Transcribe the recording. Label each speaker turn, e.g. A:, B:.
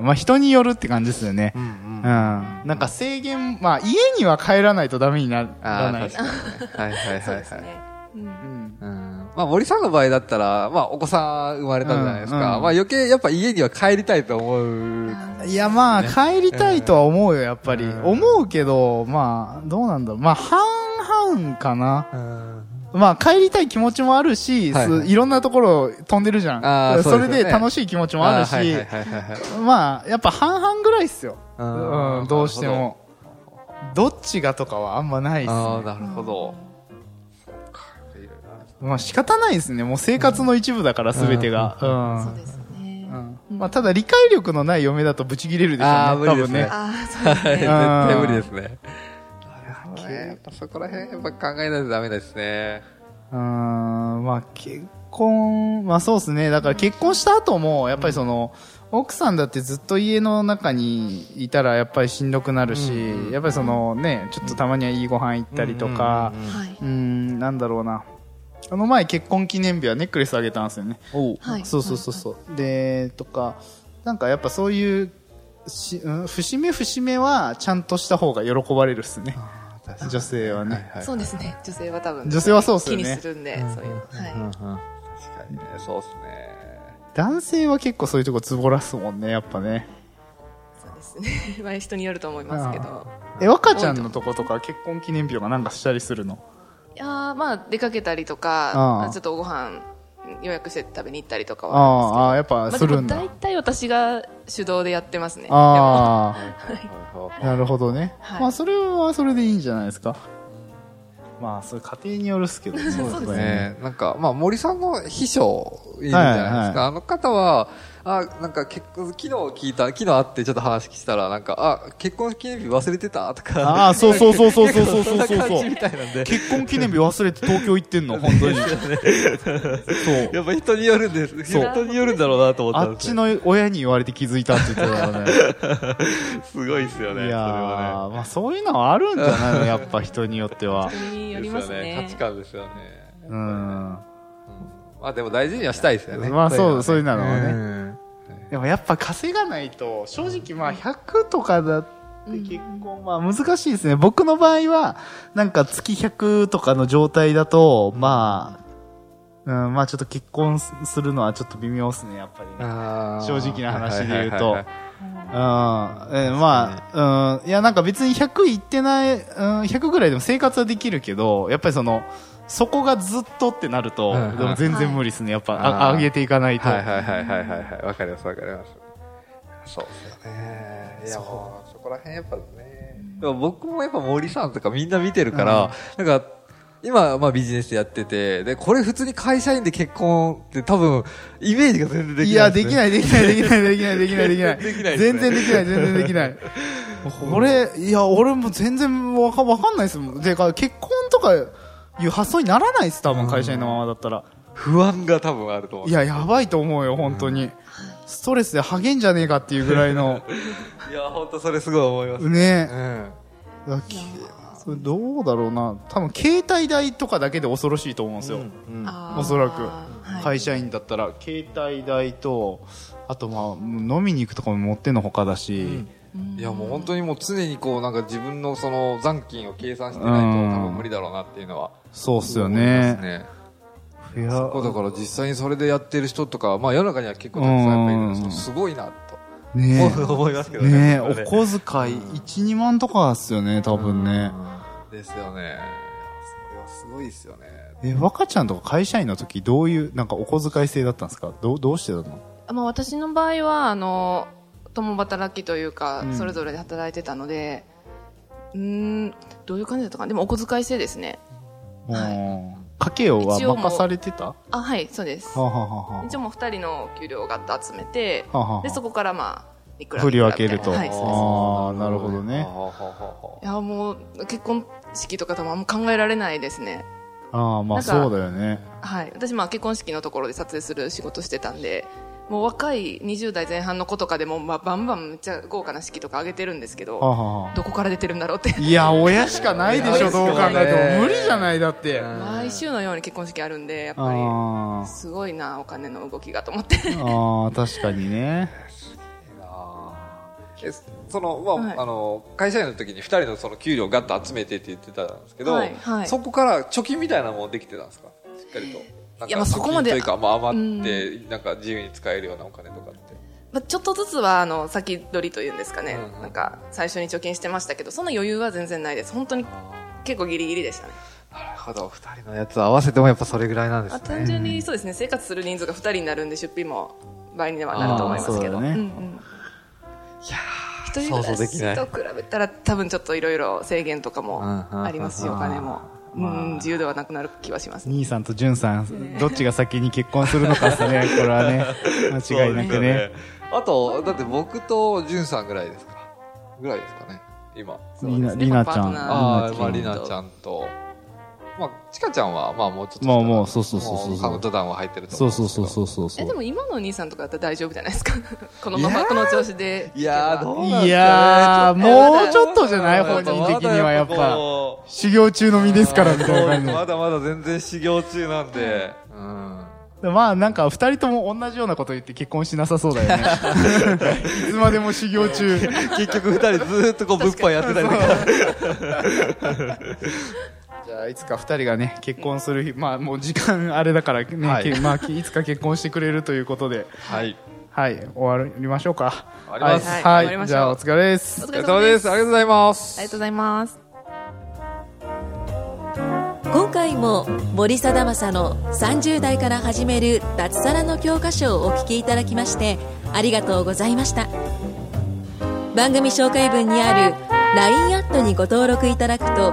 A: ん。まあ、人によるって感じですよね
B: う。ん
A: う。
B: うんん。あ
A: なんか制限、まあ、家には帰らないとダメになら
B: あ
A: ない
B: ー、確かにね。はいはい
C: そ
B: は
C: う
B: い
C: です
B: はい。
C: ね。うん
A: うん
B: うんまあ、森さんの場合だったら、まあ、お子さん生まれたじゃないですか。
A: うんうん
B: まあ、余計やっぱ家には帰りたいと思う。
A: いや、まあ、帰りたいとは思うよ、やっぱり。
B: うん
A: 思うけど、まあ、どうなんだろう。まあ、半々かな。
B: うん
A: まあ、帰りたい気持ちもあるし、
B: はいはい
A: すいろんなところ飛んでるじゃん。
B: あーそうですよね
A: れで楽しい気持ちもあるし、
B: ーはいはいはいはいはい
A: まあ、やっぱ半々ぐらいっすよ。
B: う
A: うん、
B: ん
A: どうして。も。どっちがとかはあんまないっすね。
B: ああ、なるほど。
A: まあ仕方ないですね。もう生活の一部だから、すべてが。うん
C: そうですね。
A: うん。まあただ理解力のない嫁だとブチ切れるでしょうね。
B: あー無理ですね
A: 多分
C: ああ、そう
B: はい、絶対無理ですね。
A: どね
B: やっぱそこら辺、やっぱ考えないとダメですね。
A: うーんまあ結婚、まあそうですね。だから結婚した後も、やっぱりその、奥さんだってずっと家の中にいたらやっぱりしんどくなるし、
B: うん
A: やっぱりそのね、ちょっとたまにはいいご飯行ったりとか
B: うん、うんうん
C: はい。
A: うーん、なんだろうな。あの前結婚記念日はネックレスあげたんですよね。
B: おう
C: はい。
A: そうそうそうそう。で、とか、なんかやっぱそういう、しうん、節目節目はちゃんとした方が喜ばれるっすね。女性はね。
C: はい。そうですね。女性は多分。
A: 女性はそうっす
C: 気
A: よ
C: に
A: ね
C: す。るんで、そういうの。
B: うんう
C: は
B: ん確かにね、そうですね。
A: 男性は結構そういうとこズボラっすもんね、やっぱね。
C: い。そうですね。ま あ人によると思いますけど。
A: え、若ちゃんのとことか結婚記念日とかなんかしたりするの
C: いやーまあ出かけたりと
A: あ
C: か
A: あ、
C: ちょっとご飯予約して食べに行ったりとか
A: あ
C: は。
A: あ、ああやっぱ
C: ますあで
A: る
C: も
A: んだ
C: 大。体私が主導でやってますね。
A: あ
B: は
A: あ、なるほどね。
C: はい
A: まあそれはそれでいいんじゃないですか。まあ、それ家庭によるっすけどね。そう
C: です
B: い。ねなんか、まあ、森さんの秘書いるじゃないですか。
A: は
B: あの方は、あ、なんか結婚、昨日聞いた、昨日会ってちょっと話したら、なんか、あ、結婚記念日忘れてたとか。
A: ああ、そうそうそうそうそうそう
B: そん
A: そう
B: な
A: そう
B: 感
A: そ
B: じ
A: う
B: み。たいなんで。
A: 結婚記念日忘れて東京行ってんの、本当に。そう。
B: やっぱ人によるんです。
A: そう
B: 人によるんだろうなと思っ
A: あ
B: た
A: っ
B: んです
A: ち
B: よ。
A: の親に言われて気づいたって言ってたから ね。
B: すごいですよね。
A: いや
B: それは
A: ー、まあそういうのはあるんじゃないの、やっぱ人によっては。
C: 人に
B: ね。
C: よります
B: ですよ
C: ね
B: 価値。観ですよね。
A: うん。ま
B: まあでも大事にはしたいですよね。
A: あそう、そういうの
B: う
A: はね。
B: ん。
A: でもやっぱ稼がないと、正直まあ100とかだって結構まあ難しいですね。僕の場合は、なんか月100とかの状態だと、まあ、うん、まあちょっと結婚するのはちょっと微妙ですね、やっぱりね。正
B: 正
A: 直な話で言うと。うん、え
C: うん
A: まあ、うん、いや、なんか別に100いってない、うん、100ぐらいでも生活はできるけど、やっぱりその、そこがずっとってなると、
B: うん
A: でも全然無理ですね。やっぱ、あ
B: あー
A: 上げていかないと。
B: はいはいはいはいはいはい。わかりますわかります。そうですよね。いやもう、そこら辺やっぱね。でも僕もやっぱ森さんとかみんな見てるから、なんか、今、まあビジネスやってて、で、これ普通に会社員で結婚って多分、イメージが全然で
A: い
B: きな
A: や、
B: い
A: でき
B: い。
A: ない、できない、できない、できない、できない、できない。
B: できないですね
A: 全然できない、全然できない。俺、いや、俺も全然わかわかんないですもん。でか、結婚とかいう発想にならないです、多分会社員のままだったら。
B: 不安が多分あると思う。
A: いや、やばいと思うよ、本当に。ストレスで励んじゃねえかっていうぐらいの。
B: いや、本当それすごい思います。
A: ね
B: う。ん。
A: だきそれどうだろうな。多分、携帯代とかだけで恐ろしいと思うんですよ。
C: あー
A: おそらく
C: はい
A: 会社員だったら、携帯代と、あとまあ、飲みに行くとかも持ってのほかだし、
B: いやもう本当にもう常にこうなんか自分のその残金を計算してないと
A: うん
B: 多分無理だろうなっていうのは
A: そうっすよ
B: 思いま
A: ね
B: す。ね
A: いや
B: そうだから実際にそれでやってる人とか、まあ、世の中には結構たくさんやっぱいるんですけ
A: うん
B: どすごいな
A: ね
B: と思いますけ
A: え。
B: どね
A: ねえ、
B: や
A: お
B: っぱね
A: 小遣い1、2万とかっすよね、多分ね。
B: ですよねいやそれはすごいですよね
A: え、若ちゃんとか会社員の時、どういう、なんかお小遣い制だったんですかどう、どうしてたの
C: まあ、私の場合はあの共働きというか、
A: うん
C: それぞれで働いてたのでうーんどういう感じだったかなでもお小遣い制ですね
A: うん家計をは
C: 一応もう
A: 任されてたは
C: あはいそうです
A: あはあはあ
C: 一応もう2人の給料をガッと集めて
A: はあはあ
C: でそこからまあいくら
A: 振り分けると
C: いくらみたいなはい、そう
A: ああなるほどね
C: ですいやもう結婚式とかともあんま考えられないですね
A: ああまあ
C: なんか
A: そうだよね
C: はい私まあ結婚式のところで撮影する仕事してたんでもう若い20代前半の子とかでも、まあ、バンバンめっちゃ豪華な式とかあげてるんですけど、
A: はあはあ
C: どこから出てるんだろうって
A: いや、親しかないでしょ、どう考えても。無
B: いや
A: 理じゃない、だって。
C: 毎週のように結婚式あるんでやっぱ
A: あ
C: りすごいなお金の動きがと思って
A: ーあー、確かにね。
B: あーえその、まあ、
C: はい
B: あの、会社員の時に二人のその給料をガッと集めてって言ってたんですけど、
C: はいはい
B: そこから貯金みたいなのもできてたんですかしっかりと。なんか
C: いやまあそこまで
B: 貯金というか、まあ余って、なんか自由に使えるようなお金とかって。
C: まあちょっとずつはあの先取りというんですかね、
B: うんうん
C: なんか最初に貯金してましたけどその余裕は全然ないです本当に結構ギリギリでしたね
B: なるほど。二人のやつ合わせてもやっぱそれぐらいなんで
C: あ単純にそうですね生活する人数が2人になるんで出費も倍にはなると思いますけ
A: あーそ
C: ど
A: うだね
C: んうん一人
B: 想
C: 暮
B: 像
C: ら
B: できない
C: しと比べたら多分ちょっといろいろ制限とかもありますし
B: うん
C: お
B: うんうんうん
C: 金も、うん、自由ではなくなる気はしますね
A: 兄さんと淳さん、どっちが先に結婚するのかっすね、これはね。間違いなくね。。
B: あと、だって僕とんさんぐらいですか。ぐらいですかね。今。
A: りな、
C: そうですね
A: りなち
C: パ
A: ゃ
C: ート
A: ん。
C: ナー
B: ああ、
C: ー
B: まあ、
A: り
B: り
A: な
B: なちゃんと。まあ、ちかちゃんは、まあ、もうちょっと。
A: まあもうそうそうそうそう
B: もカウントダウンは入ってると
A: そ
B: 思
A: う
B: うんで
A: そ
B: すけ
A: う
B: ど。
A: そうそうそうそ
C: えで
A: う。
C: も今のお兄さんとかだったら大丈夫じゃないですか このま
B: いや
C: ま
B: ー
C: この調子で
B: いやー、どうなんですかね
A: いやー、もうちょっとじゃ
B: ちょっと
A: ない本人的にはやっ
B: まだ
A: ぱ。
B: こう
A: 修行中の身ですからみたいな感じ
B: まだまだ全然修行中なんで。うん。
A: でまあなんか二人とも同じようなこと言って結婚しなさそうだよね。いつまでも修行中。
B: 結局二人ずーっとこう、物販やってたりとか。
A: じゃあいつか二人がね、結婚する日、まあもう時間あれだからね、
B: はい
A: けまあきいつか結婚してくれるということで、
B: はい。
A: はい、終わりましょうか。
B: 終わります
A: はい、
C: はい
A: はい
C: 終わりましょう
A: じゃあお疲れです。
C: お
B: お
C: 疲
B: 疲
C: れ
B: れ
C: 様
B: 様
C: で
B: ですす。ありがとうございます。
C: ありがとうございます
D: 今回も森貞正の30代から始める脱サラの教科書をお聞きいただきましてありがとうございました番組紹介文にある LINE アットにご登録いただくと